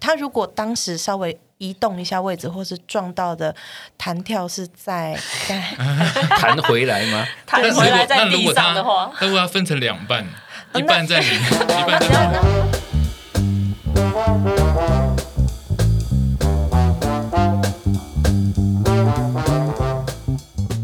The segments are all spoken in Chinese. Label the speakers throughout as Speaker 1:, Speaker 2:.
Speaker 1: 他如果当时稍微移动一下位置，或是撞到的弹跳是 在在，
Speaker 2: 弹回来吗？
Speaker 3: 弹
Speaker 4: 啊但是
Speaker 3: 回
Speaker 4: 如
Speaker 3: 来
Speaker 4: 果
Speaker 3: 在
Speaker 4: 那如
Speaker 3: 地
Speaker 4: 果
Speaker 3: 上
Speaker 4: 它
Speaker 3: 的话，哦
Speaker 4: 那如果它分成两半，
Speaker 1: 那
Speaker 4: 一半在里 面，一半在外面，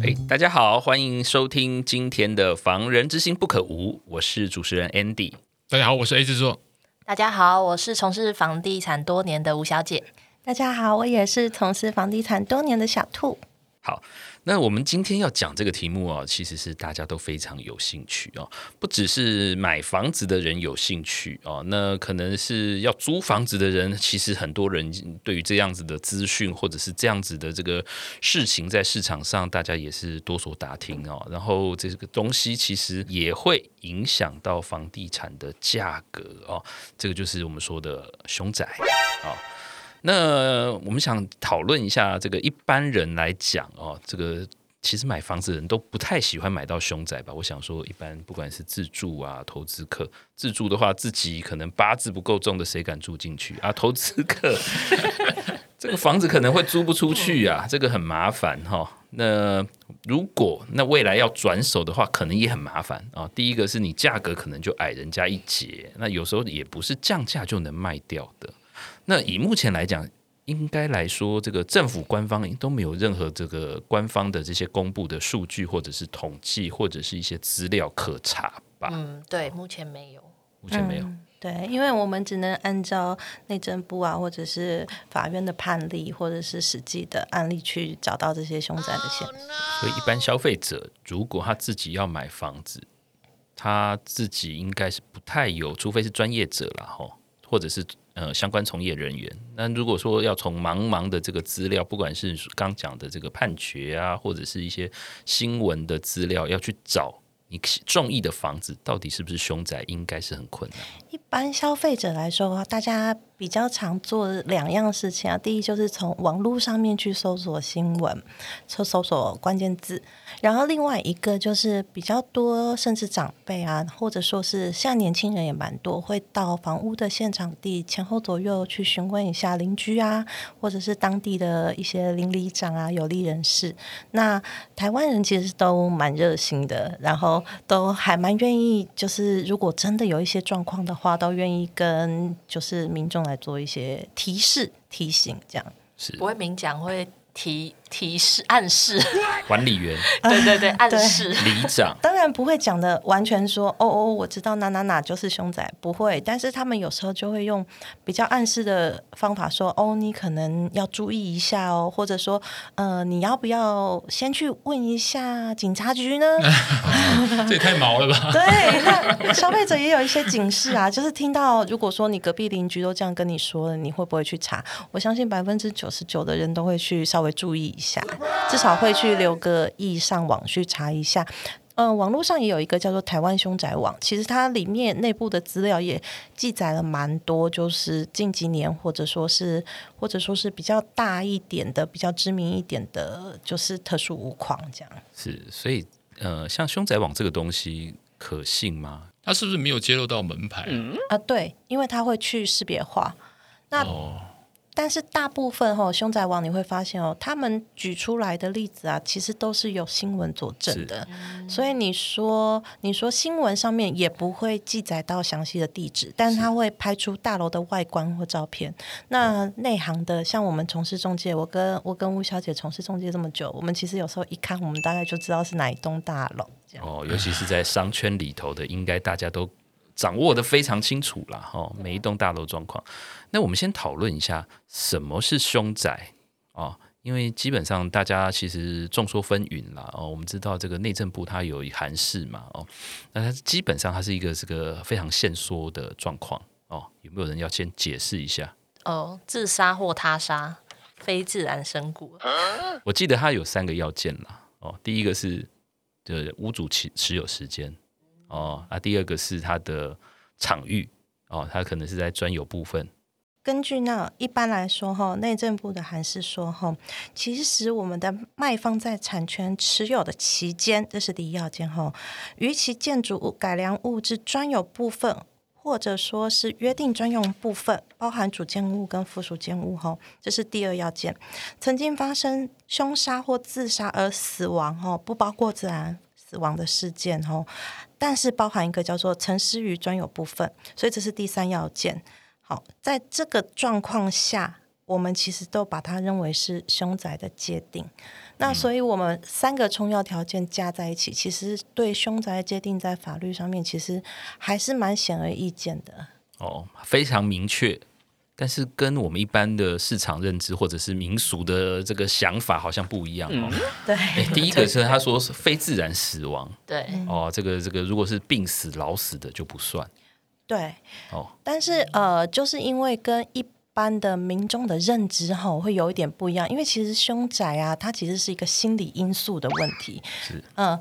Speaker 2: 哎，大家好，欢迎收听今天的《防人之心不可无》，我是主持人 Andy。
Speaker 4: 大家好，我是 A 制 作，
Speaker 3: 大家好，我是从事房地产多年的吴小姐。
Speaker 1: 大家好，我也是从事房地产多年的小兔。
Speaker 2: 那我们今天要讲这个题目哦，其实是大家都非常有兴趣哦，不只是买房子的人有兴趣哦，那可能是要租房子的人，其实很多人对于这样子的资讯或者是这样子的这个事情，在市场上大家也是多所打听哦，然后这个东西其实也会影响到房地产的价格哦，这个就是我们说的凶宅哦。那我们想讨论一下，这个一般人来讲哦，这个其实买房子的人都不太喜欢买到凶宅吧？我想说，一般不管是自住啊、投资客，自住的话自己可能八字不够重的，谁敢住进去啊？投资客， 这个房子可能会租不出去啊，这个很麻烦哈、那如果那未来要转手的话，可能也很麻烦啊、第一个是你价格可能就矮人家一截，那有时候也不是降价就能卖掉的。那以目前来讲，应该来说，这个政府官方都没有任何这个官方的这些公布的数据，或者是统计，或者是一些资料可查吧？
Speaker 3: 嗯，对，目前没有。
Speaker 2: 目
Speaker 4: 嗯
Speaker 2: 前没有。
Speaker 1: 嗯对，因为我们只能按照内政部啊，或者是法院的判例，或者是实际的案例去找到这些凶宅的线索。
Speaker 2: 所以一般消费者如果他自己要买房子，他自己应该是不太有，除非是专业者啦，吼，或者是呃相关从业人员。那如果说要从茫茫的这个资料，不管是刚讲的这个判决啊，或者是一些新闻的资料，要去找你中意的房子到底是不是凶宅，应该是很困难。
Speaker 1: 一般消费者来说的话，大家比较常做两样事情啊。第一就是从网络上面去搜索新闻，搜搜索关键字，然后另外一个就是比较多，甚至长辈啊，或者说是现在年轻人也蛮多，会到房屋的现场地前后左右去询问一下邻居啊，或者是当地的一些邻里长啊、有利人士。那台湾人其实都蛮热心的，然后都还蛮愿意，就是如果真的有一些状况的话，都愿意跟就是民众来做一些提示、提醒这样。
Speaker 2: 是
Speaker 3: 不会明讲，会提提示、暗示，
Speaker 2: 管理员、
Speaker 3: 对对对，暗示。
Speaker 2: 里长，
Speaker 1: 当然不会讲的完全说哦哦，我知道哪哪哪就是凶宅，不会。但是他们有时候就会用比较暗示的方法说哦，你可能要注意一下哦，或者说呃，你要不要先去问一下警察局呢？
Speaker 4: 这也太毛了 吧？
Speaker 1: 对，那消费者也有一些警示啊， 就是听到如果说你隔壁邻居都这样跟你说了，你会不会去查？我相信百分之九十九的人都会去稍微注意一下，至少会去留个意上网去查一下。嗯，网络上也有一个叫做台湾凶宅网，其实它里面内部的资料也记载了蛮多，就是近几年或者说是或者说是比较大一点的、比较知名一点的，就是特殊无况这样。
Speaker 2: 是，所以呃，像凶宅网这个东西可信吗？
Speaker 4: 他是不是没有揭露到门牌？
Speaker 1: 啊，对，因为它会去识别化。那、
Speaker 4: 哦
Speaker 1: 但是大部分哈、哦、凶宅网你会发现哦，他们举出来的例子啊，其实都是有新闻佐证的，所以你说你说新闻上面也不会记载到详细的地址，但它会拍出大楼的外观或照片。那内行的，像我们从事中介，我跟我跟吴小姐从事中介这么久，我们其实有时候一看，我们大概就知道是哪一栋大楼这样。
Speaker 2: 哦，尤其是在商圈里头的，应该大家都掌握的非常清楚啦。哈、哦，每一栋大楼状况。那我们先讨论一下什么是凶宅哦，因为基本上大家其实众说纷纭啦。哦，我们知道这个内政部它有函释嘛，哦，那它基本上它是一个这个非常限缩的状况哦。有没有人要先解释一下？
Speaker 3: 哦，自杀或他杀，非自然身故。
Speaker 2: 嗯我记得它有三个要件啦。哦，第一个是呃屋主持持有时间哦，啊，第二个是它的场域哦，它可能是在专有部分
Speaker 1: 根据那一般来说哈，内政部的函是说哈，其实我们的卖方在产权持有的期间，这是第一要件哈，于其建筑物改良物之专有部分或者说是约定专用部分，包含主建物跟附属建物吼，这是第二要件。曾经发生凶杀或自杀而死亡吼，不包括自然死亡的事件吼，但是包含一个叫做陈思于专有部分，所以这是第三要件。好，在这个状况下，我们其实都把它认为是凶宅的界定。那所以，我们三个重要条件加在一起，其实对凶宅的界定在法律上面其实还是蛮显而易见的。
Speaker 2: 哦，非常明确。但是跟我们一般的市场认知或者是民俗的这个想法好像不一样哦。
Speaker 1: 嗯对，
Speaker 2: 诶第一个是他说是非自然死亡
Speaker 3: 对，
Speaker 2: 哦，这个这个如果是病死、老死的就不算
Speaker 1: 对，
Speaker 2: 哦。
Speaker 1: 但是呃，就是因为跟一般的民众的认知哈会有一点不一样，因为其实凶宅啊，它其实是一个心理因素的问题，
Speaker 2: 是
Speaker 1: 嗯、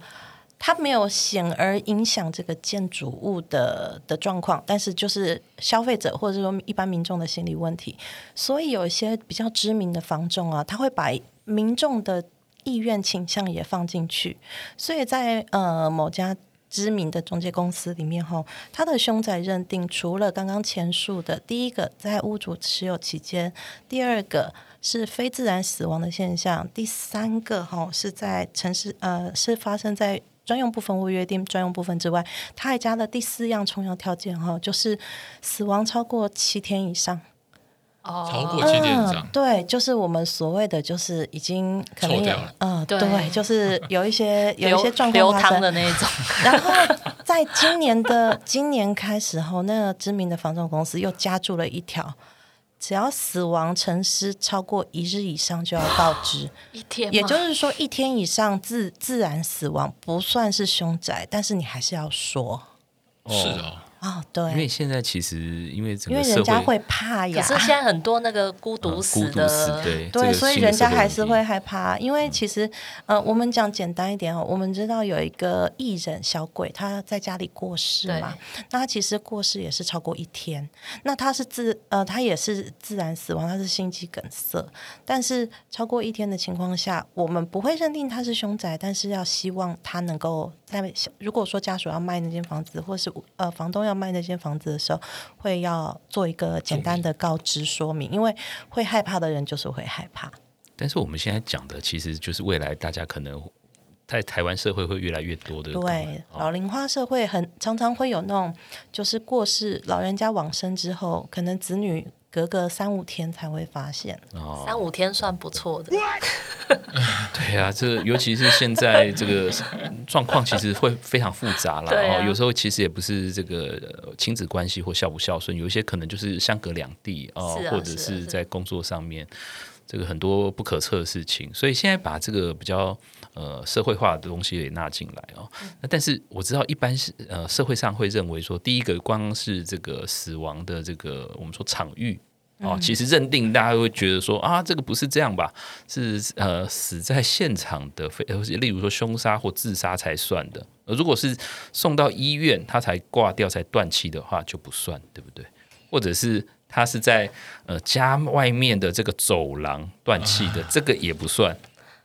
Speaker 1: 它没有显而影响这个建筑物的的状况，但是就是消费者或者说一般民众的心理问题，所以有一些比较知名的房仲啊，他会把民众的意愿倾向也放进去，所以在呃某家知名的中介公司里面，吼，它的凶宅认定除了刚刚前述的第一个在屋主持有期间，第二个是非自然死亡的现象，第三个吼是在城市呃是发生在专用部分或约定专用部分之外，它还加了第四样重要条件哈，就是死亡超过七天以上。
Speaker 3: 哦，
Speaker 4: 超过七点以上
Speaker 1: 嗯，对，就是我们所谓的，就是已经可能
Speaker 4: 臭
Speaker 1: 有
Speaker 4: 掉了，
Speaker 1: 嗯、
Speaker 3: 对
Speaker 1: 对，就是有一 些有一些状
Speaker 3: 流
Speaker 1: 况
Speaker 3: 流
Speaker 1: 发生
Speaker 3: 淌的那一种，
Speaker 1: 然后在今年的 今年开始后，那个知名的房仲公司又加注了一条，只要死亡陈尸超过一日以上就要告知，
Speaker 3: 一
Speaker 2: 哎
Speaker 3: 天嘛，
Speaker 1: 也就是说一天以上自自然死亡不算是凶宅，但是你还是要说
Speaker 4: 是哦，
Speaker 1: 哦，
Speaker 2: 因为
Speaker 1: 对，
Speaker 2: 现在其实因为整
Speaker 1: 因为
Speaker 2: 个社
Speaker 1: 人
Speaker 2: 会
Speaker 1: 家会怕
Speaker 3: 可
Speaker 1: 呀。
Speaker 3: 是现在很多那个孤
Speaker 2: 呃
Speaker 3: 独
Speaker 2: 孤
Speaker 3: 死
Speaker 2: 独
Speaker 3: 的，
Speaker 2: 死，对这
Speaker 1: 对，
Speaker 2: 个
Speaker 1: 所以
Speaker 2: 新的
Speaker 1: 人家
Speaker 2: 社会
Speaker 1: 还
Speaker 2: 问
Speaker 1: 是
Speaker 2: 题
Speaker 1: 会害怕，因为其实，呃，我们讲简单一点哦，我们知道有一个艺人小鬼，他在家里过世嘛，那他其实过世也是超过一天，那他是自呃，他也是自然死亡，他是心肌梗塞，但是超过一天的情况下，我们不会认定他是凶宅，但是要希望他能够在如果说家属要卖那间房子，或是呃房东要卖那间房子的时候，会要做一个简单的告知说明，因为会害怕的人就是会害怕。
Speaker 2: 但是我们现在讲的其实就是未来大家可能在台湾社会会越来越多的
Speaker 1: 对，
Speaker 2: 哦
Speaker 1: 老龄化社会很常常会有那种，就是过世老人家往生之后，可能子女隔个三五天才会发现。
Speaker 2: 哦
Speaker 3: 三五天算不错的，
Speaker 2: 对啊，这尤其是现在这 个状况，其实会非常复杂啦。
Speaker 3: 对啊
Speaker 2: 哦，有时候其实也不是这个呃亲子关系或孝不孝顺，有一些可能就是相隔两地哦，
Speaker 3: 是啊
Speaker 2: 或者
Speaker 3: 是啊
Speaker 2: 是
Speaker 3: 是
Speaker 2: 在工作上面，这个很多不可测的事情。所以现在把这个比较呃社会化的东西也纳进来哦。
Speaker 3: 嗯
Speaker 2: 那但是我知道，一般是呃社会上会认为说，第一个光是这个死亡的这个我们说场域。
Speaker 3: 嗯
Speaker 2: 哦，其实认定大家会觉得说啊，这个不是这样吧？是呃死在现场的，非呃例如说凶杀或自杀才算的。呃如果是送到医院他才挂掉才断气的话就不算，对不对？或者是他是在呃家外面的这个走廊断气的，这个也不算。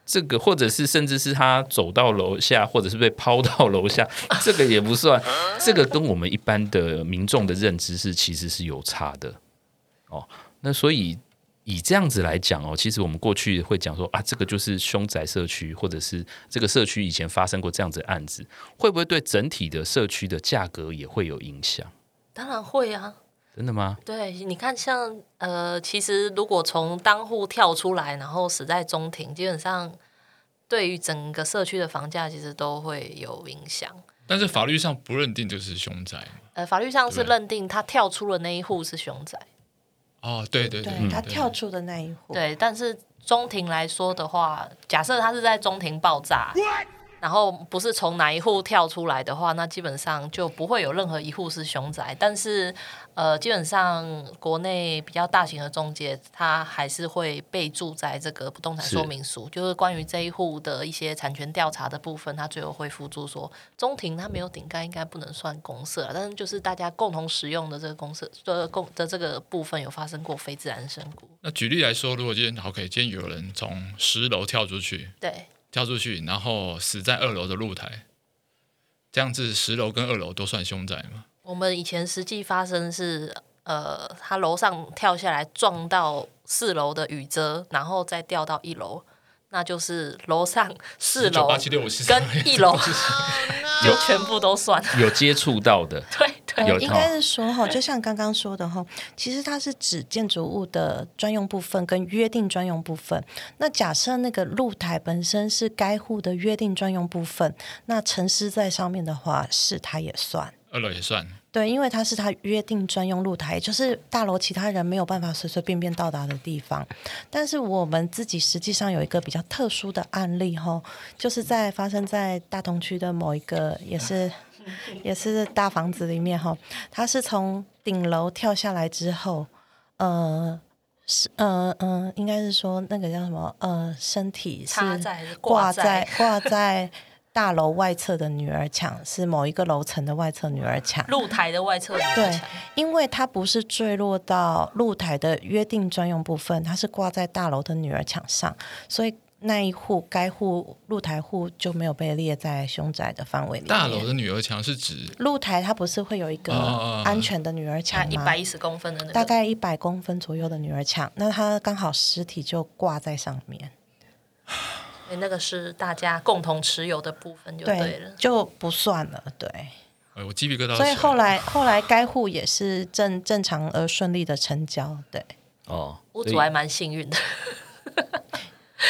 Speaker 2: 这个或者是甚至是他走到楼下，或者是被抛到楼下， 这个也不算。这个跟我们一般的民众的认知是其实是有差的。哦，那所以以这样子来讲哦，其实我们过去会讲说啊，这个就是凶宅社区，或者是这个社区以前发生过这样子的案子，会不会对整体的社区的价格也会有影响？
Speaker 3: 当然会啊。
Speaker 2: 真的吗？
Speaker 3: 对，你看像，呃，其实如果从当户跳出来，然后死在中庭，基本上对于整个社区的房价其实都会有影响。
Speaker 4: 但是法律上不认定这是凶宅嘛
Speaker 3: 呃，法律上是
Speaker 4: 对
Speaker 3: 认定他跳出了那一户是凶宅，
Speaker 4: 哦，对对
Speaker 1: 对
Speaker 4: 对，
Speaker 1: 他跳出的那一户，
Speaker 3: 对。但是中庭来说的话，假设他是在中庭爆炸，然后不是从哪一户跳出来的话，那基本上就不会有任何一户是凶宅。但是，呃，基本上国内比较大型的中介，他还是会备注在这个不动产
Speaker 2: 是
Speaker 3: 说明书，就是关于这一户的一些产权调查的部分，他最后会附注说，中庭它没有顶盖，应该不能算公社啊，但是就是大家共同使用的这个公社的共的这个部分有发生过非自然身故，
Speaker 4: 那举例来说，如果今天 OK，今天有人从十楼跳出去，
Speaker 3: 对，
Speaker 4: 跳出去，然后死在二楼的露台，这样子十楼跟二楼都算凶宅吗？
Speaker 3: 我们以前实际发生是，呃，他楼上跳下来撞到四楼的雨遮，然后再掉到一楼，那就是楼上四楼
Speaker 4: 八七六五四
Speaker 3: 跟一楼就哦全部都算。
Speaker 2: 有接触到的，
Speaker 3: 对对，
Speaker 2: 有
Speaker 1: 应
Speaker 2: 套
Speaker 1: 该是说哈，就像刚刚说的哈，其实它是指建筑物的专用部分跟约定专用部分。那假设那个露台本身是该户的约定专用部分，那沉尸在上面的话，是它也算。
Speaker 4: 二楼也算，
Speaker 1: 对，因为它是它约定专用露台，就是大楼其他人没有办法随随便便到达的地方。但是我们自己实际上有一个比较特殊的案例哈，就是在发生在大同区的某一个也 是也是大房子里面哈，它是从顶楼跳下来之后，呃。是呃呃，应该是说那个叫什么呃，身体是
Speaker 3: 插在还是挂
Speaker 1: 挂
Speaker 3: 在
Speaker 1: 在挂在大楼外侧的女儿墙，是某一个楼层的外侧女儿墙。
Speaker 3: 露台的外侧也
Speaker 1: 对，因为它不是坠落到露台的约定专用部分，它是挂在大楼的女儿墙上，所以那一户该户露台户就没有被列在凶宅的范围里面。
Speaker 4: 大楼的女儿墙是指
Speaker 1: 露台它不是会有一个
Speaker 4: 哦
Speaker 1: 安全的女儿
Speaker 3: 它
Speaker 1: 墙
Speaker 3: 一
Speaker 1: 吗？
Speaker 3: 百一十公分的那个，
Speaker 1: 大概一百公分左右的女儿墙，那它刚好尸体就挂在上面，
Speaker 3: 对那个是大家共同持有的部分就对了。
Speaker 1: 就不算了，对。
Speaker 4: 哎，我鸡皮疙瘩都起
Speaker 1: 所
Speaker 4: 来了。
Speaker 1: 以后来后来该户也是正正常而顺利的成交，对。
Speaker 2: 哦，
Speaker 3: 屋
Speaker 2: 所
Speaker 3: 主
Speaker 2: 以
Speaker 3: 还蛮幸运的，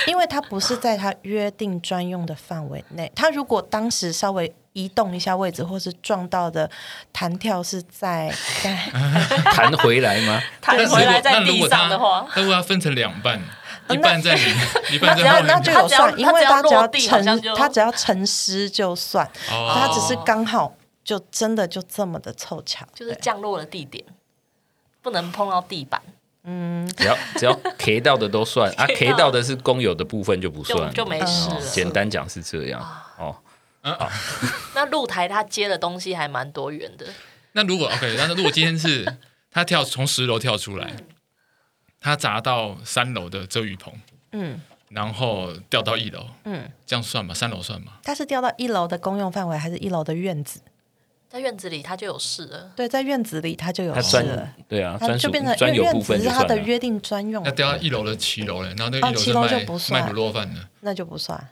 Speaker 1: 因为它不是在它约定专用的范围内。它如果当时稍微移动一下位置，或是撞到的弹跳是在 在，
Speaker 2: 弹回来吗？
Speaker 3: 他
Speaker 4: 但是
Speaker 3: 回来在
Speaker 4: 如
Speaker 3: 地
Speaker 4: 果
Speaker 3: 上的话，，
Speaker 4: 那如果它那如果它分成两半，一半在里面，一半
Speaker 1: 哦那只要那
Speaker 4: 在后
Speaker 1: 就有
Speaker 4: 面，
Speaker 1: 算，
Speaker 3: 它只
Speaker 1: 因
Speaker 3: 要
Speaker 1: 为它只要
Speaker 3: 它只要落地好像就
Speaker 1: 沉，它只要沉尸就算，
Speaker 4: 哦
Speaker 1: 它只是刚好就真的就这么的凑巧，
Speaker 3: 就是
Speaker 1: 对
Speaker 3: 降落的地点不能碰到地板，
Speaker 2: 只要只要 K 到的都算啊，K 到的是公有的部分就不
Speaker 3: 就
Speaker 2: 算，
Speaker 3: 就没事
Speaker 2: 哦
Speaker 3: 了。啊
Speaker 2: 简单讲是这样哦，
Speaker 3: 那露台它接的东西还蛮多元的，
Speaker 4: 那如果 OK，那如果今天 是他跳从十楼跳出来，他砸到三楼的遮雨棚，
Speaker 1: 嗯
Speaker 4: 然后掉到一楼，
Speaker 1: 嗯。
Speaker 4: 这样算吗？三楼算吗？
Speaker 1: 它是掉到一楼的公用范围，还是一楼的院子？
Speaker 3: 在院子里它就有事了。
Speaker 1: 对，在院子里它就有
Speaker 2: 它
Speaker 1: 事
Speaker 2: 专
Speaker 1: 了，
Speaker 2: 对啊，
Speaker 1: 它
Speaker 2: 专
Speaker 1: 就
Speaker 2: 属
Speaker 1: 变成
Speaker 2: 专
Speaker 1: 因
Speaker 2: 有
Speaker 1: 为
Speaker 2: 部
Speaker 1: 院子
Speaker 2: 分
Speaker 1: 是
Speaker 2: 就
Speaker 1: 它
Speaker 2: 算
Speaker 1: 的
Speaker 2: 了。
Speaker 1: 约定专用
Speaker 4: 那，掉到一楼的骑楼嘞，然后那个
Speaker 1: 哦
Speaker 4: 一楼
Speaker 1: 骑
Speaker 4: 是
Speaker 1: 楼就
Speaker 4: 卖
Speaker 1: 不算
Speaker 4: 卖卤肉饭的，
Speaker 1: 那就不算，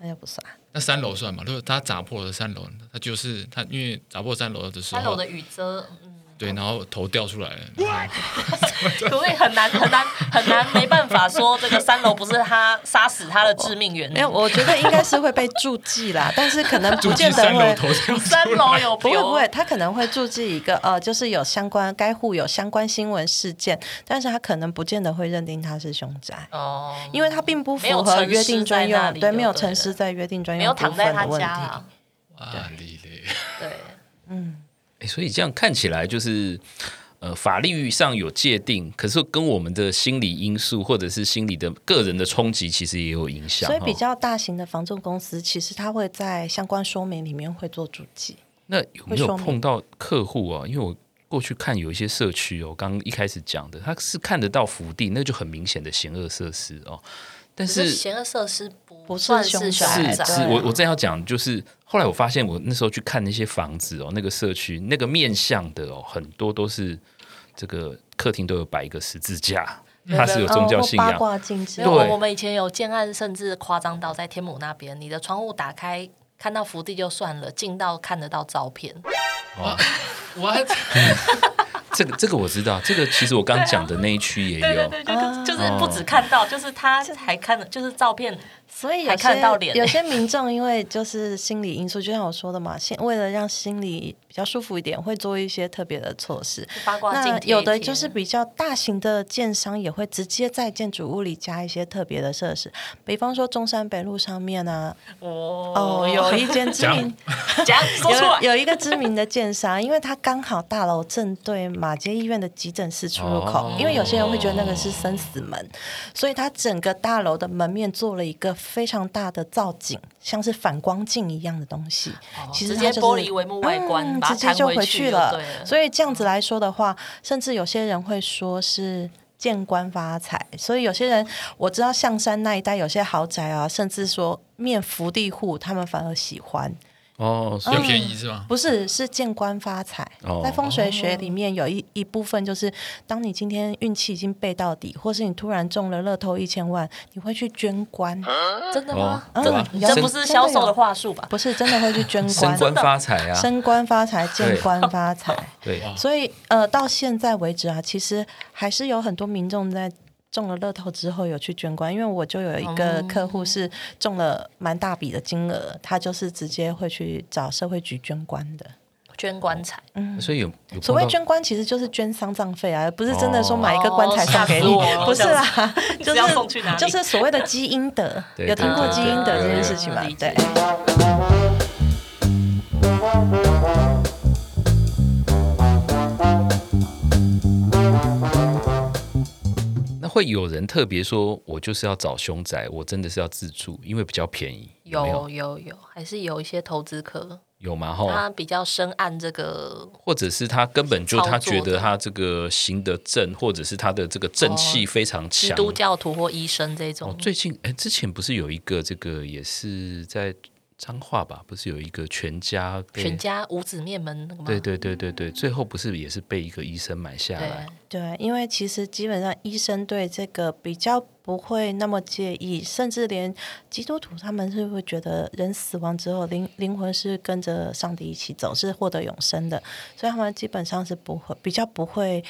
Speaker 1: 那就不算。
Speaker 4: 那三楼算吗？如果他砸破了三楼，他就是他因为砸破三楼的
Speaker 2: 啊
Speaker 4: 时
Speaker 3: 三楼
Speaker 4: 候
Speaker 3: 的，雨遮，嗯，
Speaker 4: 对，然后头掉出来 了，然后
Speaker 3: 所以很难很难很难，没办法说这个三楼不是他杀死他的致命原因
Speaker 1: 没。有，我觉得应该是会被注记啦，但是可能不
Speaker 4: 住进
Speaker 1: 见得
Speaker 4: 三楼
Speaker 1: 会。
Speaker 4: 头掉出
Speaker 3: 三楼
Speaker 4: 来。
Speaker 3: 有
Speaker 1: 不会
Speaker 3: 有
Speaker 1: 不会，他可能会注记一个呃，就是有相关该户有相关新闻事件，但是他可能不见得会认定他是凶宅，
Speaker 3: 哦，
Speaker 1: 因为他并不
Speaker 3: 没
Speaker 1: 符
Speaker 3: 有
Speaker 1: 合
Speaker 3: 诚实
Speaker 1: 约定专
Speaker 3: 在那
Speaker 1: 用，
Speaker 3: 里
Speaker 1: 对，
Speaker 3: 就
Speaker 1: 没有
Speaker 3: 对
Speaker 1: 诚
Speaker 3: 了
Speaker 1: 实在约定专
Speaker 3: 没
Speaker 1: 用
Speaker 3: 有
Speaker 1: 部
Speaker 3: 躺
Speaker 1: 分
Speaker 3: 在
Speaker 1: 的
Speaker 3: 他
Speaker 1: 问
Speaker 3: 家
Speaker 1: 题
Speaker 3: 啊。，
Speaker 4: 啊，丽丽，
Speaker 3: 对，
Speaker 2: 诶所以这样看起来就是。呃，法律上有界定，可是跟我们的心理因素或者是心理的个人的冲击，其实也有影响。
Speaker 1: 所以比
Speaker 2: 哦
Speaker 1: 较大型的房仲公司，其实他会在相关说明里面会做注记。
Speaker 2: 那有
Speaker 1: 会
Speaker 2: 没有
Speaker 1: 说明
Speaker 2: 碰到客户啊？因为我过去看有一些社区哦，刚一开始讲的，他是看得到福地，那就很明显的险恶设施哦。但
Speaker 3: 可
Speaker 2: 是
Speaker 3: 是邪恶设施不
Speaker 1: 不是
Speaker 3: 算
Speaker 1: 凶宅
Speaker 3: 凶
Speaker 2: 是
Speaker 1: 对
Speaker 2: 是
Speaker 1: 啊，
Speaker 2: 我我正要讲，就是后来我发现，我那时候去看那些房子哦，那个社区那个面向的哦，很多都是这个客厅都有摆一个十字架，它是有宗教信
Speaker 1: 嗯或八
Speaker 2: 仰。
Speaker 1: 卦镜之
Speaker 3: 没
Speaker 1: 类
Speaker 3: 有，
Speaker 1: 的。
Speaker 2: 对
Speaker 3: 我们以前有建案，甚至夸张到在天母那边，你的窗户打开看到福地就算了，近到看得到照片，
Speaker 4: 我
Speaker 2: 这个这个我知道，这个其实我刚讲的那一区也有。
Speaker 3: 对，就是就是不止看到，就是他还看了，就是照片，
Speaker 1: 所以有
Speaker 3: 还看
Speaker 1: 些
Speaker 3: 到脸
Speaker 1: 有
Speaker 3: 欸
Speaker 1: 些民众因为就是心理因素，就像我说的嘛，心为了让心里比较舒服一点，会做一些特别的措施。
Speaker 3: 八卦镜
Speaker 1: 那
Speaker 3: 贴一
Speaker 1: 有的
Speaker 3: 贴啊
Speaker 1: 就是比较大型的建商也会直接在建筑物里加一些特别的设施，比方说中山北路上面啊，
Speaker 3: 哦
Speaker 1: 哦，有一间知名
Speaker 3: 讲说出来，
Speaker 1: 有有一个知名的建商，因为它刚好大楼正对马街医院的急诊室出入口，
Speaker 2: 哦
Speaker 1: 因为有些人会觉得那个是生死门，所以它整个大楼的门面做了一个非常大的造景，像是反光镜一样的东西。其实
Speaker 3: 直
Speaker 1: 它
Speaker 3: 接
Speaker 1: 就是
Speaker 3: 玻璃帷幕外观，
Speaker 1: 嗯
Speaker 3: 把它
Speaker 1: 直接
Speaker 3: 弹
Speaker 1: 就
Speaker 3: 回
Speaker 1: 去
Speaker 3: 就
Speaker 1: 了
Speaker 3: 对。了，
Speaker 1: 所以这样子来说的话，甚至有些人会说是。见官发财，所以有些人我知道象山那一带有些豪宅啊，甚至说面福地户，他们反而喜欢，
Speaker 2: 哦，所以
Speaker 4: 比较便宜是吗？
Speaker 1: 不是，是见官发财。
Speaker 2: 哦
Speaker 1: 在风水学里面有一一部分就是，当你今天运气已经背到底，或是你突然中了乐透一千万，你会去捐官，
Speaker 3: 真的
Speaker 2: 哦
Speaker 3: 吗？，
Speaker 1: 嗯
Speaker 2: 对吧
Speaker 1: 你
Speaker 3: 啊这
Speaker 1: 要
Speaker 2: 升
Speaker 3: 不是销售的话术吧？
Speaker 1: 不是真的会去捐
Speaker 2: 升
Speaker 1: 官。
Speaker 2: 官发财啊，
Speaker 1: 升官发财，见官发财。
Speaker 2: 对，
Speaker 1: 所以，呃，到现在为止啊，其实还是有很多民众在中了乐透之后有去捐官，因为我就有一
Speaker 3: 哦
Speaker 1: 个客户是中了蛮大笔的金额，他就是直接会去找社会局捐官的。
Speaker 3: 捐棺材，
Speaker 2: 所以有有
Speaker 1: 所谓
Speaker 2: 碰到
Speaker 1: 捐棺，其实就是捐丧葬费啊，不是真的说买一个棺材送给你，
Speaker 3: 哦哦吓死我了
Speaker 1: 不是啦，
Speaker 3: 知
Speaker 1: 就
Speaker 3: 道送去
Speaker 1: 是
Speaker 3: 哪里
Speaker 1: 就是所谓的积阴 德，
Speaker 2: 对
Speaker 1: 有听过
Speaker 2: 对对
Speaker 1: 积阴德
Speaker 2: 对
Speaker 1: 这件
Speaker 2: 有
Speaker 1: 事情吗
Speaker 3: 有？
Speaker 1: 对。
Speaker 2: 那会有人特别说，我就是要找凶宅，我真的是要自住，因为比较便宜，有没有
Speaker 3: 有有有，还是有一些投资客，
Speaker 2: 有吗？哈，
Speaker 3: 他比较深谙这个
Speaker 2: 或者是他根本就他
Speaker 3: 操作
Speaker 2: 觉
Speaker 3: 的
Speaker 2: 得他这个行得正，或者是他的这个正气非常
Speaker 3: 哦基
Speaker 2: 强。
Speaker 3: 督教徒或医生这种
Speaker 2: 哦，，最近哎，之前不是有一个这个也是在彰化吧？不是有一个全家被
Speaker 3: 全？家五子灭门那个吗？
Speaker 2: 对对对对对，最后不是也是被一个医生买下
Speaker 3: 对
Speaker 2: 来？
Speaker 1: 对，因为其实基本上医生对这个比较不会那么介意，甚至连基督徒他们是会觉得人死亡之后灵灵魂是跟着上帝一起走，是获得永生的，所以他们基本上是不会比较不会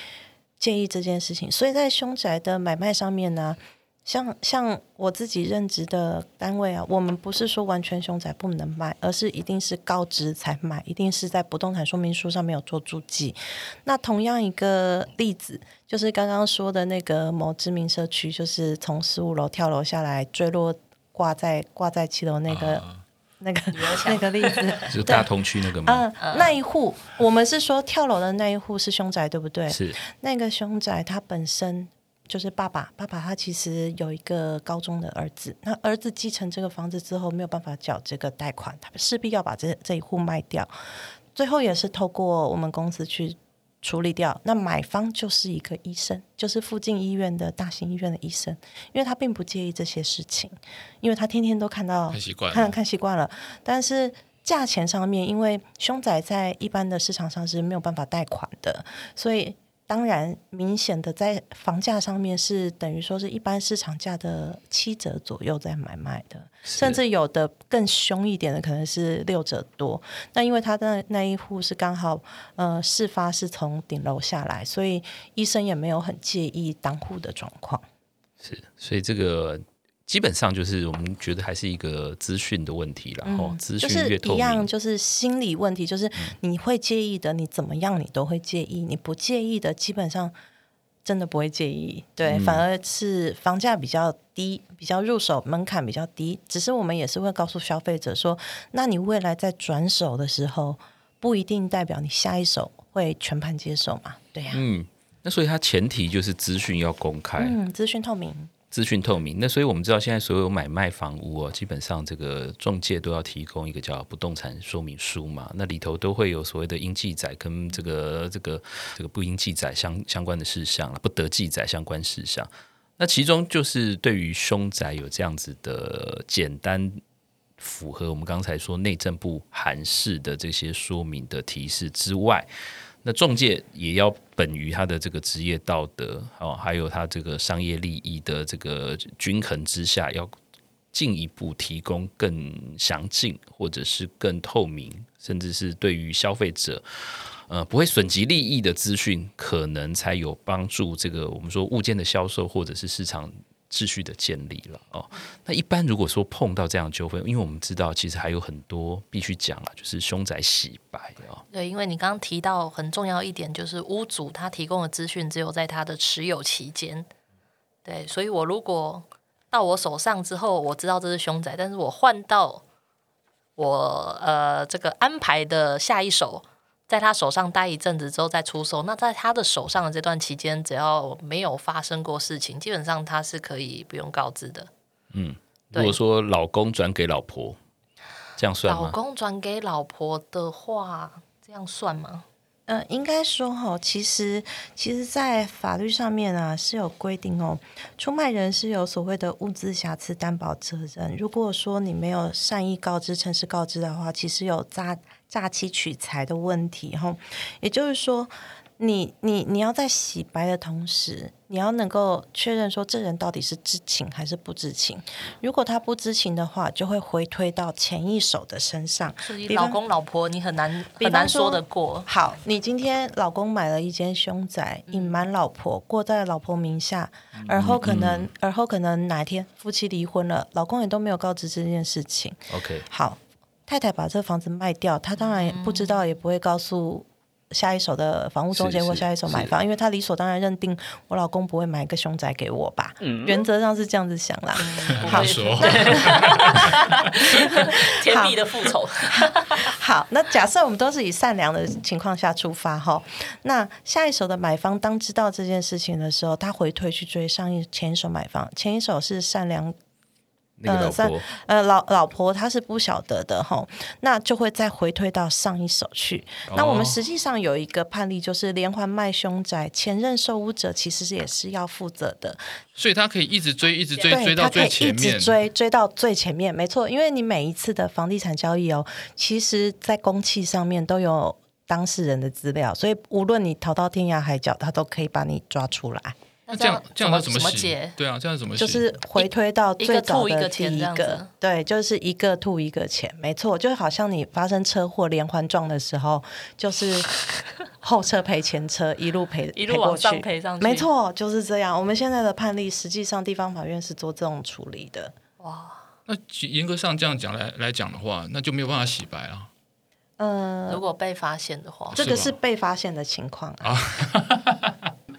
Speaker 1: 介意这件事情。所以在凶宅的买卖上面呢、像像我自己任职的单位啊，我们不是说完全凶宅不能卖，而是一定是高值才卖，一定是在不动产说明书上面有做注记。那同样一个例子，就是刚刚说的那个某知名社区，就是从十五楼跳楼下来坠落，挂在挂在七楼那个、那个那个例子。
Speaker 2: 就大同区那个吗？
Speaker 1: 嗯，那一户，我们是说跳楼的那一户是凶宅，对不对？
Speaker 2: 是
Speaker 1: 那个凶宅他本身就是爸爸，爸爸他其实有一个高中的儿子，那儿子继承这个房子之后没有办法缴这个贷款，他势必要把这这一户卖掉，最后也是透过我们公司去。处理掉，那买方就是一个医生，就是附近医院的大型医院的医生，因为他并不介意这些事情，因为他天天都看到
Speaker 4: 太习惯了
Speaker 1: 看看习惯了。但是价钱上面，因为凶宅在一般的市场上是没有办法贷款的，所以当然明显的在房价上面是等于说是一般市场价的七折左右在买卖的，甚至有的更凶一点的可能是六折多。那因为他的那一户是刚好呃事发是从顶楼下来，所以医生也没有很介意当户的状况。
Speaker 2: 是，所以这个基本上就是我们觉得还是一个资讯的问题啦，然后哦资
Speaker 1: 嗯就是
Speaker 2: 讯越透
Speaker 1: 一样，
Speaker 2: 明，嗯
Speaker 1: 就是心理问题，就是你会介意的，你怎么样你都会介意，你不介意的基本上真的不会介意，对，
Speaker 2: 嗯
Speaker 1: 反而是房价比较低，比较入手门槛比较低，只是我们也是会告诉消费者说，那你未来在转手的时候，不一定代表你下一手会全盘接受嘛，对呀、
Speaker 2: 嗯，那所以它前提就是资讯要公开，
Speaker 1: 嗯，资讯透明，
Speaker 2: 资讯透明。那所以我们知道，现在所有买卖房屋哦，基本上这个中介都要提供一个叫不动产说明书嘛，那里头都会有所谓的应记载跟这个这个这个不应记载相相关的事项了，不得记载相关事项。那其中就是对于凶宅有这样子的简单符合我们刚才说内政部函释的这些说明的提示之外，那中介也要本于他的这个职业道德哦，还有他这个商业利益的这个均衡之下，要进一步提供更详尽或者是更透明，甚至是对于消费者。呃，不会损及利益的资讯，可能才有帮助这个我们说物件的销售或者是市场秩序的建立了哦。那一般如果说碰到这样的纠纷，因为我们知道其实还有很多必须讲了，就是凶宅洗白啊、哦，
Speaker 3: 对，因为你刚刚提到很重要一点，就是屋主他提供的资讯只有在他的持有期间。对，所以我如果到我手上之后，我知道这是凶宅，但是我换到我呃这个安排的下一手，在他手上待一阵子之后再出售，那在他的手上的这段期间，只要没有发生过事情，基本上他是可以不用告知的。对
Speaker 2: 如果说老公转给老婆，这样算
Speaker 3: 老
Speaker 2: 吗？
Speaker 3: 公转给老婆的话，这样算吗？
Speaker 1: 呃，应该说哈，其实其实，在法律上面啊是有规定哦，出卖人是有所谓的物资瑕疵担保责任。如果说你没有善意告知、诚实告知的话，其实有诈诈欺取财的问题哈。也就是说，你你你要在洗白的同时，你要能够确认说这人到底是知情还是不知情。如果他不知情的话，就会回推到前一手的身上，
Speaker 3: 所以
Speaker 1: 比
Speaker 3: 老
Speaker 1: 方
Speaker 3: 公老婆你很难
Speaker 1: 比
Speaker 3: 很难
Speaker 1: 方
Speaker 3: 说
Speaker 1: 说
Speaker 3: 得过，
Speaker 1: 好，你今天老公买了一间凶宅，隐
Speaker 2: 嗯
Speaker 1: 瞒老婆，过在老婆名下，而后可能，而后可能哪天夫妻离婚了，老公也都没有告知这件事情。
Speaker 2: OK，
Speaker 1: 好，太太把这房子卖掉，她当然也不知道，也不会告诉。下一手的房屋中介
Speaker 2: 嗯是
Speaker 1: 或
Speaker 2: 是
Speaker 1: 下一手买方，因为她理所当然认定我老公不会买一个凶宅给我吧，
Speaker 2: 嗯
Speaker 1: 原则上是这样子想啦。
Speaker 3: 不
Speaker 1: 好
Speaker 3: 会
Speaker 4: 说
Speaker 3: 天必的复 仇，
Speaker 1: 好，那假设我们都是以善良的情况下出发哈，那下一手的买方当知道这件事情的时候，他回推去追上一前一手买方，前一手是善良
Speaker 2: 那个
Speaker 1: 呃
Speaker 2: 老
Speaker 1: 三
Speaker 2: 婆，
Speaker 1: 呃老老婆她是不晓得的哈，那就会再回推到上一手去。
Speaker 2: 哦
Speaker 1: 那我们实际上有一个判例，就是连环卖凶宅，前任受屋者其实也是要负责的，
Speaker 4: 所以他可以一直追，一直追，
Speaker 1: 对，
Speaker 4: 追到
Speaker 1: 他可以
Speaker 4: 最
Speaker 1: 一
Speaker 4: 前面
Speaker 1: 直。追追到最前面，没错，因为你每一次的房地产交易哦，其实在公契上面都有当事人的资料，所以无论你逃到天涯海角，他都可以把你抓出来，
Speaker 4: 那这样这样
Speaker 3: 要
Speaker 4: 他
Speaker 3: 怎
Speaker 4: 怎
Speaker 3: 么
Speaker 4: 么
Speaker 3: 怎
Speaker 4: 洗
Speaker 3: 么解？？
Speaker 4: 对啊，这样怎么洗？
Speaker 1: 就是回推到
Speaker 3: 一
Speaker 1: 最早
Speaker 3: 一个吐一
Speaker 1: 的
Speaker 3: 个
Speaker 1: 第
Speaker 3: 钱
Speaker 1: 一
Speaker 3: 这
Speaker 1: 个，
Speaker 3: 样子
Speaker 1: 对，就是一个吐一个钱，没错，就好像你发生车祸连环撞的时候，就是 后车赔前车，一路赔
Speaker 3: 一路往
Speaker 1: 过去
Speaker 3: 上赔上去
Speaker 1: 没错，就是这样。我们现在的判例，实际上地方法院是做这种处理的。
Speaker 4: 那严格上这样讲来来讲的话，那就没有办法洗白啊。
Speaker 1: 呃，
Speaker 3: 如果被发现的
Speaker 2: 哦
Speaker 3: 话，
Speaker 1: 这个
Speaker 4: 是吧
Speaker 1: 是被发现的情况啊，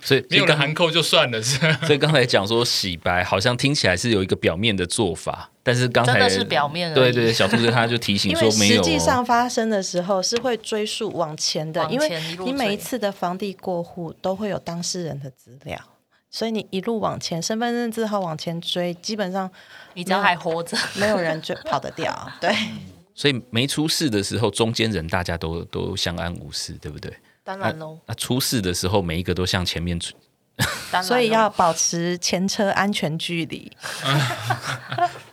Speaker 2: 所以
Speaker 4: 没
Speaker 2: 所
Speaker 4: 有
Speaker 2: 以
Speaker 4: 人
Speaker 2: 刚
Speaker 4: 函扣就算了，是吧
Speaker 2: 所以刚才讲说洗白，好像听起来是有一个表面的做法，但是刚才
Speaker 3: 真的是表面而已
Speaker 2: 对对，小兔子他就提醒
Speaker 1: 因
Speaker 2: 说
Speaker 1: 为
Speaker 2: 没有、
Speaker 1: 实
Speaker 2: 哦，
Speaker 1: 际上发生的时候是会追溯往前的，
Speaker 3: 往前
Speaker 1: 因为
Speaker 3: 一路
Speaker 1: 你每
Speaker 3: 追
Speaker 1: 一次的房地过户都会有当事人的资料，所以你一路往前，身份证字号往前追，基本上
Speaker 3: 你只要还 活着，
Speaker 1: 没有人追跑得掉。 对，
Speaker 2: 所以没出事的时候，中间人大家都都相安无事，对不对？
Speaker 3: 当然喽，
Speaker 2: 那出事的时候，每一个都向前面追
Speaker 3: 当然咯
Speaker 1: 所以要保持前车安全距离。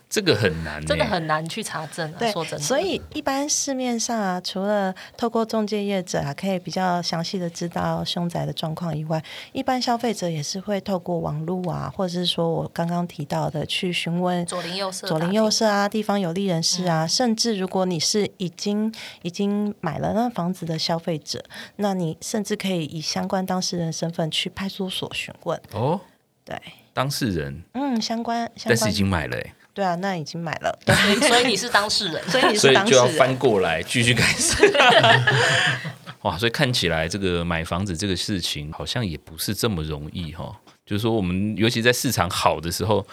Speaker 2: 这个很难、欸，
Speaker 3: 真的很难去查证啊，
Speaker 1: 对
Speaker 3: 说真，的，
Speaker 1: 所以一般市面上啊，除了透过中介业者啊，可以比较详细的知道凶宅的状况以外，一般消费者也是会透过网络啊，或者是说我刚刚提到的去询问
Speaker 3: 左邻右舍，
Speaker 1: 左邻右，舍啊，地方有利人士啊，
Speaker 3: 嗯
Speaker 1: 甚至如果你是已经已经买了那房子的消费者，那你甚至可以以相关当事人身份去派出所询问。
Speaker 2: 哦。
Speaker 1: 对，
Speaker 2: 当事人，
Speaker 1: 嗯，相关相
Speaker 2: 但是已
Speaker 1: 关，
Speaker 2: 经买了、欸，
Speaker 1: 对啊，那已经买 了，对，
Speaker 3: 所以你是当事人，
Speaker 1: 所以你
Speaker 2: 所
Speaker 1: 是
Speaker 2: 以
Speaker 1: 当事
Speaker 2: 就要
Speaker 1: 人。
Speaker 2: 翻过来继续改善。 哇，所以看起来这个买房子这个事情好像也不是这么容易哈、就是说，我们尤其在市场好的时候，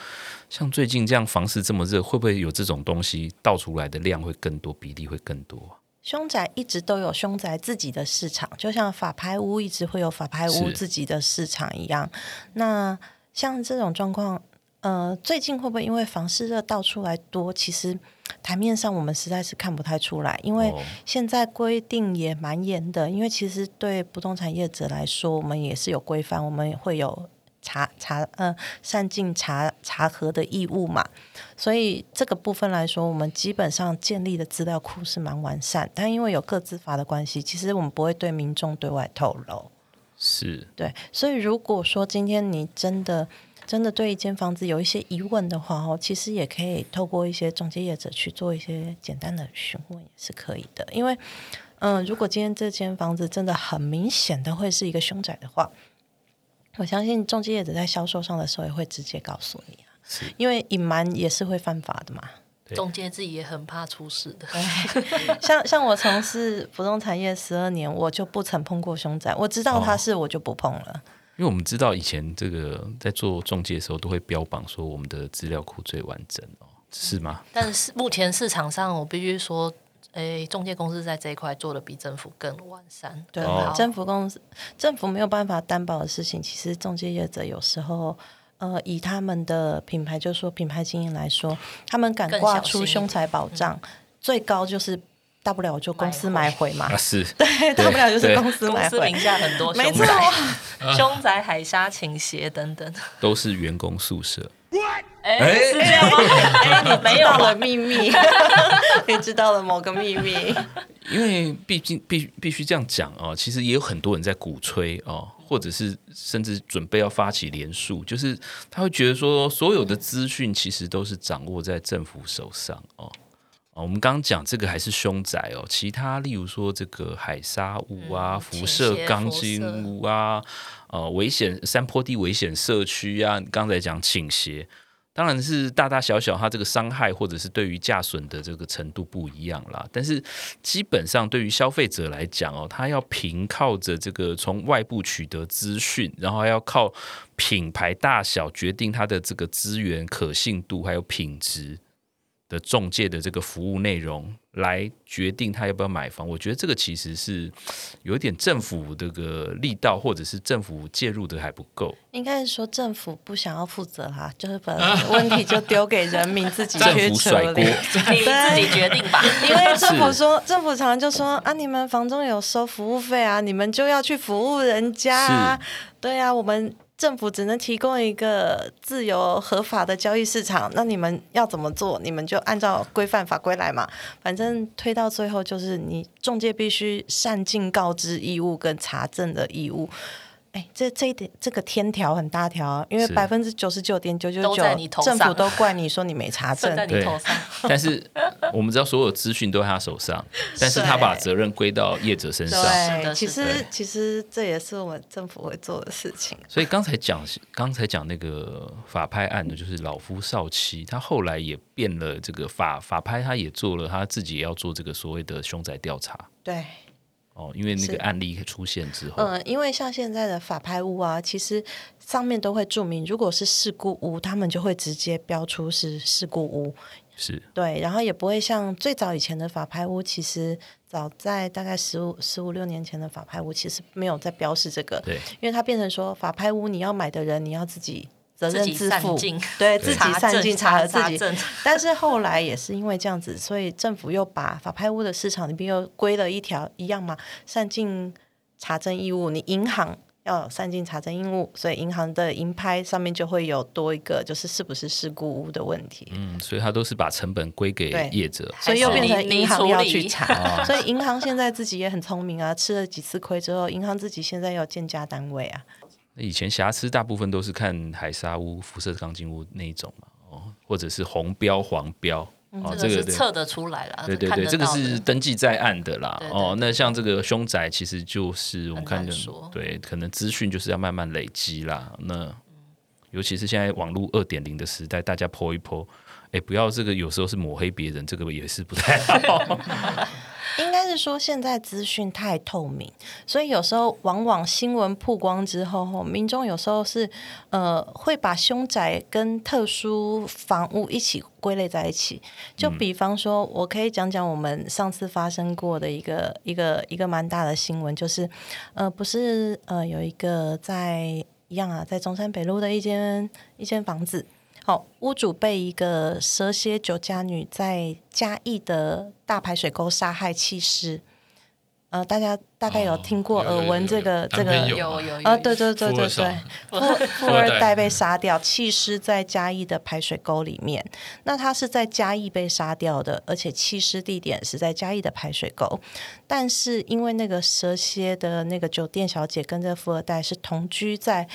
Speaker 2: 像最近这样房市这么热，会不会有这种东西倒出来的量会更多，比例会更多啊？
Speaker 1: 凶宅一直都有凶宅自己的市场，就像法拍屋一直会有法拍屋
Speaker 2: 是
Speaker 1: 自己的市场一样。那像这种状况，呃，最近会不会因为房市热倒出来多？其实台面上我们实在是看不太出来，因为
Speaker 2: 哦
Speaker 1: 现在规定也蛮严的。因为其实对不动产业者来说，我们也是有规范，我们会有查查呃善尽查查核的义务嘛。所以这个部分来说，我们基本上建立的资料库是蛮完善，但因为有各自法的关系，其实我们不会对民众对外透露。
Speaker 2: 是
Speaker 1: 对，所以如果说今天你真的真的对一间房子有一些疑问的话哦，其实也可以透过一些中介业者去做一些简单的询问也是可以的。因为，嗯、如果今天这间房子真的很明显的会是一个凶宅的话，我相信中介业者在销售上的时候也会直接告诉你啊，因为隐瞒也是会犯法的嘛。
Speaker 3: 中介自己也很怕出事的，
Speaker 1: 哎像像我从事不动产业十二年，我就不曾碰过凶宅，我知道它是，我就不碰了。
Speaker 2: 因为我们知道以前这个在做中介的时候，都会标榜说我们的资料库最完整哦，是吗？
Speaker 3: 但是目前市场上我必须说。诶，中介公司在这一块做的比政府更完善。
Speaker 1: 对，
Speaker 2: 哦
Speaker 3: 好
Speaker 1: 政府公司政府没有办法担保的事情，其实中介业者有时候。呃，以他们的品牌，就说品牌经营来说，他们敢
Speaker 3: 更
Speaker 1: 挂
Speaker 3: 小心
Speaker 1: 出
Speaker 3: 一
Speaker 1: 凶
Speaker 3: 点
Speaker 1: 财保障，最高就是大不了我就公司
Speaker 3: 买
Speaker 1: 买回嘛
Speaker 2: 啊，，是
Speaker 1: 对，大不了就是
Speaker 2: 对
Speaker 1: 公司
Speaker 3: 公
Speaker 1: 买
Speaker 3: 司
Speaker 1: 回
Speaker 3: 名。下很多
Speaker 1: 没
Speaker 3: 凶
Speaker 1: 错，
Speaker 3: 宅、 凶宅、海沙、琴鞋等等。
Speaker 2: 都是员工宿舍。
Speaker 3: 哎、
Speaker 2: 哎
Speaker 3: 是这样吗？哎、你没
Speaker 1: 知
Speaker 3: 有
Speaker 1: 道
Speaker 3: 了
Speaker 1: 了。秘密，啊 你知道了某个秘密。
Speaker 2: 因为毕竟必必须这样讲哦，其实也有很多人在鼓吹哦，或者是甚至准备要发起联署，就是他会觉得说，所有的资讯其实都是掌握在政府手上哦。哦，我们刚刚讲这个还是凶宅哦，其他例如说这个海沙屋啊、
Speaker 3: 嗯
Speaker 2: 辐射钢筋屋啊、呃危险山坡地危险社区啊，你刚才讲倾斜，当然是大大小小，它这个伤害或者是对于价损的这个程度不一样啦。但是基本上对于消费者来讲哦，他要凭靠着这个从外部取得资讯，然后还要靠品牌大小决定它的这个资源可信度还有品质的中介的这个服务内容来决定他要不要买房。我觉得这个其实是有一点政府这个力道或者是政府介入的还不够。
Speaker 1: 应该是说政府不想要负责啦，就是把 问题就丢给人民自己
Speaker 2: 政
Speaker 1: 去
Speaker 2: 府
Speaker 1: 处
Speaker 2: 甩锅
Speaker 1: 理。
Speaker 3: 你自己决定吧。
Speaker 1: 因为政府说， 政府常常就说啊，你们房东有收服务费啊，你们就要去服务人家、啊。对啊，我们政府只能提供一个自由合法的交易市场，那你们要怎么做？你们就按照规范法规来嘛。反正推到最后就是你中介必须善尽告知义务跟查证的义务。哎，这这一点这个天条很大条啊，因为
Speaker 2: 是
Speaker 1: 百分之九十九点九九
Speaker 3: 都在你头
Speaker 1: 九，
Speaker 3: 上
Speaker 1: 政府都怪你说你没查证
Speaker 3: 算， 在你头上，
Speaker 2: 但是我们知道所有资讯都在他手上，但是他把责任归到业者身上。
Speaker 3: 是
Speaker 1: 对，
Speaker 3: 的
Speaker 1: 其
Speaker 3: 是
Speaker 2: 的
Speaker 1: 实其实这也是我们政府会做的事情。
Speaker 2: 所以刚才讲，刚才讲那个法拍案的，就是老夫少妻，他后来也变了这个法法拍，他也做了，他自己也要做这个所谓的凶宅调查
Speaker 1: 对，
Speaker 2: 哦，因为那
Speaker 1: 是
Speaker 2: 个案例出现之后，
Speaker 1: 嗯、因为像现在的法拍屋啊，其实上面都会注明，如果是事故屋，他们就会直接标出是事故屋。
Speaker 2: 是
Speaker 1: 对，然后也不会像最早以前的法拍屋，其实早在大概十五十五六年前的法拍屋，其实没有在标示这个，
Speaker 2: 对
Speaker 1: 因为它变成说法拍屋你要买的人，你要自己责任
Speaker 3: 自己
Speaker 1: 自
Speaker 3: 善
Speaker 1: 负
Speaker 3: 尽，
Speaker 1: 对自己
Speaker 3: 查
Speaker 1: 善
Speaker 3: 证
Speaker 1: 尽查核自
Speaker 3: 查
Speaker 1: 己
Speaker 3: 证。
Speaker 1: 但是后来也是因为这样子，所以政府又把法拍屋的市场里边又归了一条一样嘛，善尽查证义务，你银行。要有善尽查证义务，所以银行的银拍上面就会有多一个，就是是不是事故屋的问题。
Speaker 2: 嗯，所以他都是把成本归给
Speaker 1: 对
Speaker 2: 业者，
Speaker 1: 所以又变成银行要去
Speaker 2: 哦
Speaker 1: 查，所以银行现在自己也很聪明啊，吃了几次亏之后，银行自己现在有建家单位啊，
Speaker 2: 那以前瑕疵大部分都是看海沙屋、辐射钢筋屋那一种嘛，哦，或者是红标、黄标，哦，
Speaker 1: 嗯
Speaker 3: 这个是
Speaker 2: 对。
Speaker 3: 测得出来了，
Speaker 2: 对对
Speaker 3: 啊看
Speaker 2: 对，
Speaker 3: 得
Speaker 2: 这个
Speaker 3: 到的
Speaker 2: 是登记在案的啦。
Speaker 3: 对对
Speaker 2: 哦，
Speaker 3: 对
Speaker 2: 那像这个凶宅，其实就是我们看
Speaker 3: 很
Speaker 2: 的
Speaker 3: 难说，
Speaker 2: 对，可能资讯就是要慢慢累积啦。那尤其是现在网络二点零的时代，大家泼一泼，哎，不要这个有时候是抹黑别人，这个也是不太 好。
Speaker 1: 应该是说现在资讯太透明，所以有时候往往新闻曝光之后，吼民众有时候是呃会把凶宅跟特殊房屋一起归类在一起。就比方说，我可以讲讲我们上次发生过的一个一个一个蛮大的新闻，就是呃不是呃有一个在一样啊，在中山北路的一间一间房子。好，屋主被一个蛇蝎酒家女在嘉义的大排水沟杀害弃尸。呃，大家大概有听过、
Speaker 4: 哦有有
Speaker 1: 耳
Speaker 4: 有
Speaker 1: 闻这
Speaker 4: 有
Speaker 1: 个这
Speaker 4: 当然
Speaker 1: 个
Speaker 4: 有
Speaker 3: 有
Speaker 4: 嘛
Speaker 3: 有有
Speaker 1: 啊，对对对
Speaker 4: 富
Speaker 1: 对
Speaker 4: 二少
Speaker 1: 对， 富富
Speaker 4: 二代
Speaker 1: 二代被杀掉，弃尸在嘉义的排水沟里面。那他是在嘉义被杀掉的，而且弃尸地点是在嘉义的排水沟。但是因为那个蛇蝎的那个酒店小姐跟这富二代是同居在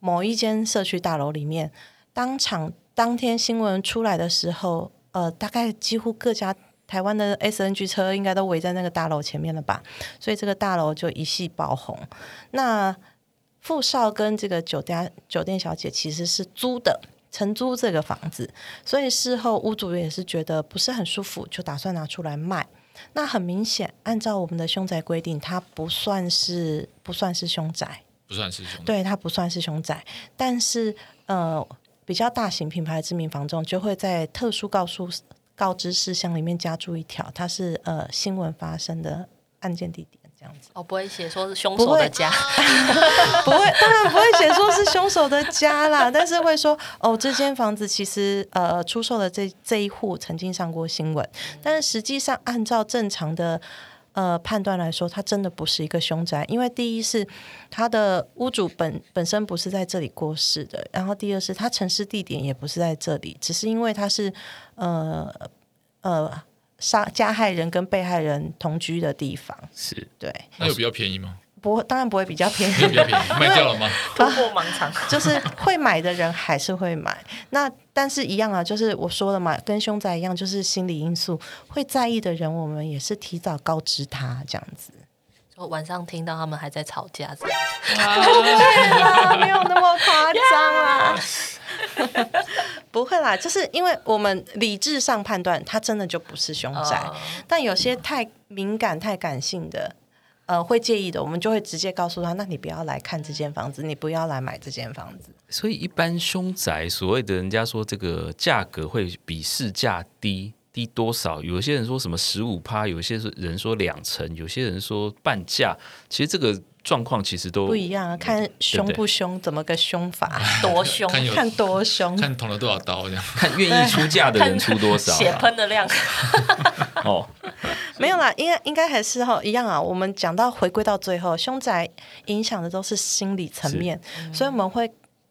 Speaker 1: 某一间社区大楼里面，当场当天新闻出来的时候，呃，大概几乎各家。台湾的 SNG 车应该都围在那个大楼前面了吧，所以这个大楼就一系爆红。那富少跟这个酒店酒店小姐其实是租的，承租这个房子，所以事后屋主也是觉得不是很舒服，就打算拿出来卖。那很明显，按照我们的凶宅规定，它不算是不算是凶宅，
Speaker 4: 不算师兄，
Speaker 1: 对，它不算是凶宅，但是呃，比较大型品牌的知名房仲就会在特殊告诉告知事项里面加注一条，它是呃新闻发生的案件地点这样。这样子。
Speaker 3: 哦，不会写说是凶
Speaker 1: 不
Speaker 3: 手
Speaker 1: 会
Speaker 3: 的家，
Speaker 1: 不会，当然不会写说是凶手的家啦， 但是会说哦，这间房子其实呃出售的这这一户曾经上过新闻，但是实际上按照正常的。呃，判断来说，它真的不是一个凶宅，因为第一是它的屋主本本身不是在这里过世的，然后第二是它城市地点也不是在这里，只是因为它是呃呃杀加害人跟被害人同居的地方，
Speaker 2: 是
Speaker 1: 对，
Speaker 4: 那有比较便宜吗？
Speaker 1: 不当然不会比较便宜，
Speaker 4: 有比较便宜，卖掉了吗？
Speaker 3: 突破盲 肠。
Speaker 1: 就是会买的人还是会买。那但是一样啊，就是我说了嘛，跟凶宅一样，就是心理因素，会在意的人，我们也是提早告知他这样子。
Speaker 3: 就晚上听到他们还在吵架，这样
Speaker 1: 啊，没有那么夸张啦。 不会啦，就是因为我们理智上判断，它真的就不是凶宅。
Speaker 3: 哦
Speaker 1: 但有些太敏感、太感性的，呃，会介意的，我们就会直接告诉他：那你不要来看这间房子，你不要来买这间房子。
Speaker 2: 所以一般凶宅所谓的人家说这个价格会比市价低低多少？有些人说什么十五趴，有些人说两成，有些人说半价。其实这个状况其实都
Speaker 1: 不一样啊，看凶
Speaker 2: 对
Speaker 1: 不凶，怎么个凶法，
Speaker 3: 多凶，啊
Speaker 4: 看有
Speaker 1: 看多凶。
Speaker 4: 看捅了多少刀这样。 啊
Speaker 2: 看愿意出价的人出多少
Speaker 3: 血
Speaker 2: 啊
Speaker 3: 喷的量，
Speaker 2: 哦。
Speaker 1: 没有啦，应该应该还是哈一样啊。我们讲到回归到最后，凶宅影响的都是心理层面，所以我们会。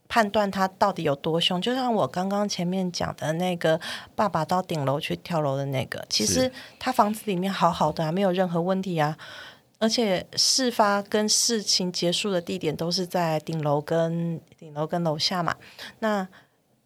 Speaker 1: 判断他到底有多凶，就像我刚刚前面讲的那个爸爸到顶楼去跳楼的那个，其实
Speaker 2: 是
Speaker 1: 他房子里面好好的啊，没有任何问题啊，而且事发跟事情结束的地点都是在顶楼跟顶楼跟楼下嘛。那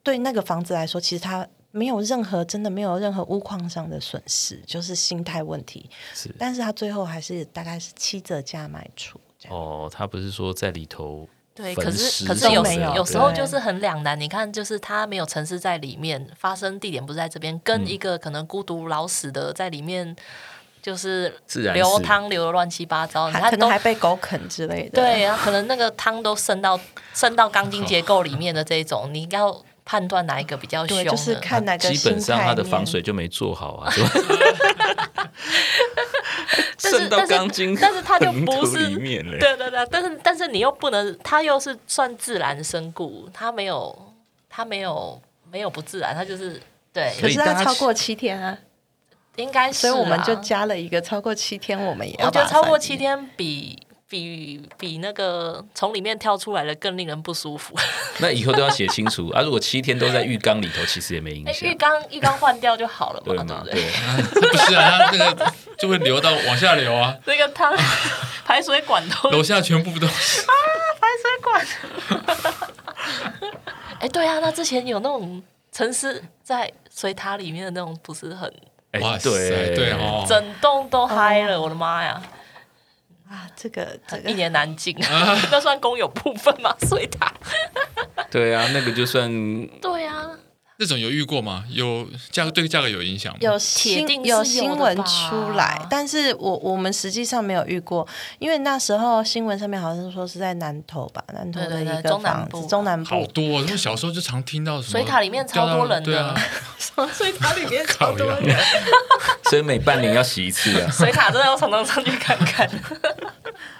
Speaker 1: 对那个房子来说，其实它没有任何真的没有任何屋况上的损失，就是心态问题。
Speaker 2: 是
Speaker 1: 但是他最后还是大概是七折价卖出。这样
Speaker 2: 哦，他不是说在里头
Speaker 3: 对，
Speaker 2: 焚
Speaker 3: 可是
Speaker 2: 尸
Speaker 3: 可
Speaker 2: 什
Speaker 3: 是
Speaker 2: 么
Speaker 3: 有
Speaker 2: 的
Speaker 1: 没有
Speaker 3: 有时候
Speaker 1: 对
Speaker 3: 就是很两难。你看，就是他没有城市在里面，发生地点不是在这边，
Speaker 2: 嗯
Speaker 3: 跟一个可能孤独老死的在里面，就是
Speaker 2: 自然
Speaker 3: 流
Speaker 2: 死
Speaker 3: 汤流的乱七八糟，
Speaker 1: 还
Speaker 3: 他
Speaker 1: 可能
Speaker 3: 哦都
Speaker 1: 还被狗啃之类的。
Speaker 3: 对，啊然后可能那个汤都渗到渗到钢筋结构里面的这一种，你要判断哪一个比较凶
Speaker 1: 对，
Speaker 3: 呢？
Speaker 1: 就是看哪个
Speaker 2: 基本上他
Speaker 1: 心
Speaker 2: 的
Speaker 1: 态面
Speaker 2: 防水就没做好 啊，是吧？
Speaker 3: 但是
Speaker 2: 渗到钢筋
Speaker 3: 但是它就
Speaker 2: 泥
Speaker 3: 不
Speaker 2: 土
Speaker 3: 是
Speaker 2: 里面嘞
Speaker 3: 对对对，但是但是你又不能，它又是算自然身故，它没有它没有没有不自然，它就是对，
Speaker 2: 所
Speaker 1: 可
Speaker 2: 以
Speaker 1: 是
Speaker 2: 大
Speaker 1: 他
Speaker 2: 家
Speaker 1: 超过七天啊，
Speaker 3: 应该是
Speaker 1: 所以
Speaker 3: 啊、
Speaker 1: 我们就加了一个超过七天，我们也要
Speaker 3: 我觉
Speaker 1: 把
Speaker 3: 得
Speaker 1: 它
Speaker 3: 超过
Speaker 1: 算进
Speaker 3: 七天比比比那个从里面跳出来的更令人不舒服。
Speaker 2: 那以后都要写清楚啊。如果七天都在浴缸里头，其实也没影
Speaker 3: 哎
Speaker 2: 响
Speaker 3: 浴，缸浴缸换掉就好了嘛，
Speaker 2: 对
Speaker 3: 对
Speaker 2: 吗
Speaker 3: 不？对？
Speaker 2: 对。
Speaker 4: 不是啊，它那个就会流到往下流啊，
Speaker 3: 那个汤 排水管都
Speaker 4: 楼下全部都是。
Speaker 3: 哎、对啊，那之前有那种城市在水塔里面的那种，不是很
Speaker 2: 哎
Speaker 4: 哇塞，
Speaker 2: 对
Speaker 4: 对，哦，
Speaker 3: 整栋都嗨了，我的妈呀，
Speaker 1: 啊，这个哦这
Speaker 3: 一
Speaker 1: 个
Speaker 3: 言难 尽。那算公有部分吗？水塔？
Speaker 2: 对啊，那个就算
Speaker 3: 对啊，
Speaker 4: 那种有遇过吗？有价对价格有影响吗？
Speaker 1: 有
Speaker 3: 铁定
Speaker 1: 新
Speaker 3: 是有的
Speaker 1: 新闻
Speaker 3: 吧
Speaker 1: 出来，但是我我们实际上没有遇过，因为那时候新闻上面好像是说是在南投吧，南投的
Speaker 3: 对对
Speaker 1: 一
Speaker 3: 对
Speaker 1: 个
Speaker 3: 中南
Speaker 1: 房
Speaker 3: 部
Speaker 1: 子，中南
Speaker 4: 好
Speaker 1: 部
Speaker 4: 多、哦，因为小时候就常听到什么
Speaker 3: 水塔里面超多人的
Speaker 4: 掉到对啊，
Speaker 3: 水塔里 面
Speaker 4: 靠呀，
Speaker 2: 所以每半年要洗一次啊。
Speaker 3: 水塔真的要常常上去看看。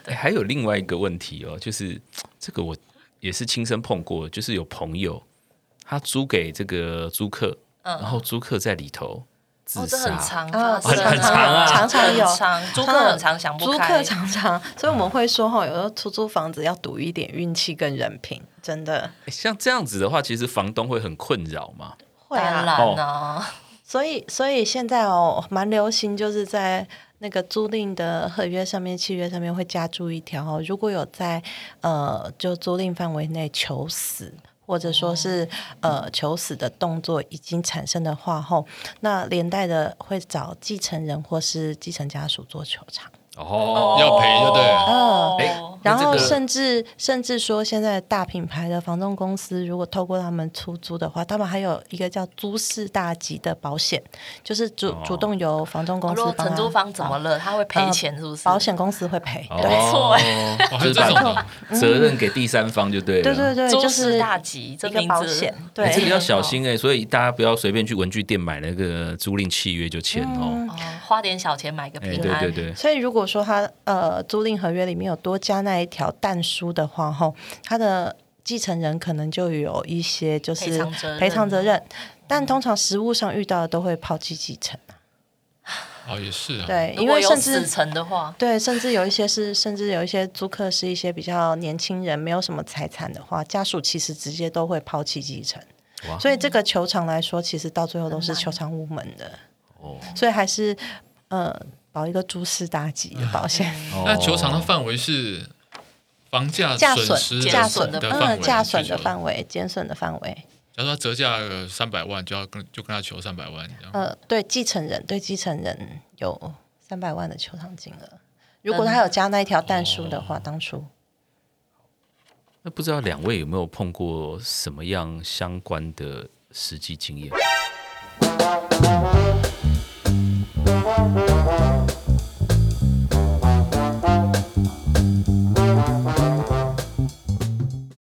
Speaker 2: 哎还有另外一个问题哦，就是这个我也是亲身碰过，就是有朋友他租给这个租客，然后租客在里头
Speaker 3: 哦，
Speaker 2: 自
Speaker 3: 这很
Speaker 2: 杀，
Speaker 3: 长，
Speaker 1: 啊
Speaker 3: 发生
Speaker 2: 很很长啊
Speaker 1: 常常有
Speaker 3: 很长租客很常想不
Speaker 1: 租
Speaker 3: 开
Speaker 1: 客。常常，所以我们会说哈，有时候出租房子要赌一点运气跟人品，真的
Speaker 2: 哎像这样子的话，其实房东会很困扰嘛。
Speaker 1: 会
Speaker 3: 当
Speaker 1: 啊。
Speaker 3: 然啊，
Speaker 1: 所以所以现在哦，蛮流行就是在。那个租赁的合约上面、契约上面会加注一条哦，如果有在呃就租赁范围内求死，或者说是呃求死的动作已经产生的话后，那连带的会找继承人或是继承家属做求偿。
Speaker 2: 哦， 哎
Speaker 4: 要赔就对了
Speaker 1: 嗯
Speaker 3: 哦
Speaker 1: 然后
Speaker 2: 那这个
Speaker 1: 甚至甚至说，现在大品牌的房仲公司，如果透过他们出租的话，他们还有一个叫租事大吉的保险，就是主、
Speaker 2: 哦
Speaker 1: 主动由房仲公
Speaker 3: 哦如
Speaker 1: 司
Speaker 3: 果
Speaker 1: 帮
Speaker 3: 承
Speaker 1: 他
Speaker 3: 租方怎么了，他会赔钱是不是？
Speaker 1: 保险公司会赔。对、
Speaker 3: 错
Speaker 2: 哦，
Speaker 4: 哦还
Speaker 2: 就是
Speaker 4: 有这种的
Speaker 2: 把责任给第三方就对了。啊
Speaker 1: 对对对，
Speaker 3: 租
Speaker 1: 就
Speaker 3: 事
Speaker 1: 是
Speaker 3: 大吉，这
Speaker 1: 一个
Speaker 3: 名
Speaker 1: 保
Speaker 3: 字
Speaker 1: 险。
Speaker 2: 哎
Speaker 1: 对，
Speaker 2: 这个要小心哎、所以大家不要随便去文具店买那个租赁契约就签哦。
Speaker 3: 哦，花点小钱买个
Speaker 2: 哎、
Speaker 3: 平
Speaker 2: 对
Speaker 3: 安。
Speaker 2: 对对，
Speaker 1: 嗯所以如果说他呃租赁合约里面有多加那一条但书的话，吼，他的继承人可能就有一些就
Speaker 3: 赔
Speaker 1: 是
Speaker 3: 偿责任嗯
Speaker 1: 赔偿责任，但通常实务上遇到的都会抛弃继承啊，
Speaker 4: 哦，也是啊，
Speaker 1: 对，
Speaker 2: 嗯
Speaker 3: 如
Speaker 1: 因
Speaker 3: 果
Speaker 1: 为
Speaker 3: 有
Speaker 1: 甚
Speaker 3: 死
Speaker 1: 至。
Speaker 3: 城的话，
Speaker 1: 对，甚至有一些是，甚至有一些租客是一些比较年轻人，没有什么财产的话，家属其实直接都会抛弃继承
Speaker 2: 哇，
Speaker 1: 所以这个球场来说，其实到最后都是
Speaker 3: 很难
Speaker 1: 球场无门的。
Speaker 2: 哦，
Speaker 1: 所以还是呃保一个蛛丝打击的保险，
Speaker 2: 嗯
Speaker 4: 那球场的范围是房价
Speaker 1: 价
Speaker 4: 损
Speaker 1: 损
Speaker 4: 失
Speaker 3: 减
Speaker 1: 价
Speaker 3: 损
Speaker 1: 损
Speaker 3: 的
Speaker 4: 的范
Speaker 1: 嗯
Speaker 4: 围，
Speaker 1: 价损的
Speaker 4: 去求
Speaker 1: 范围，减损的范围，
Speaker 4: 假如他折价三百万，就要跟就跟他求三百万这样。
Speaker 1: 呃，对继承人对继承人有三百万的球场金额。如果他有加那一条蛋书的
Speaker 4: 哦
Speaker 1: 话，当初
Speaker 2: 那不知道两位有没有碰过什么样相关的实际经验？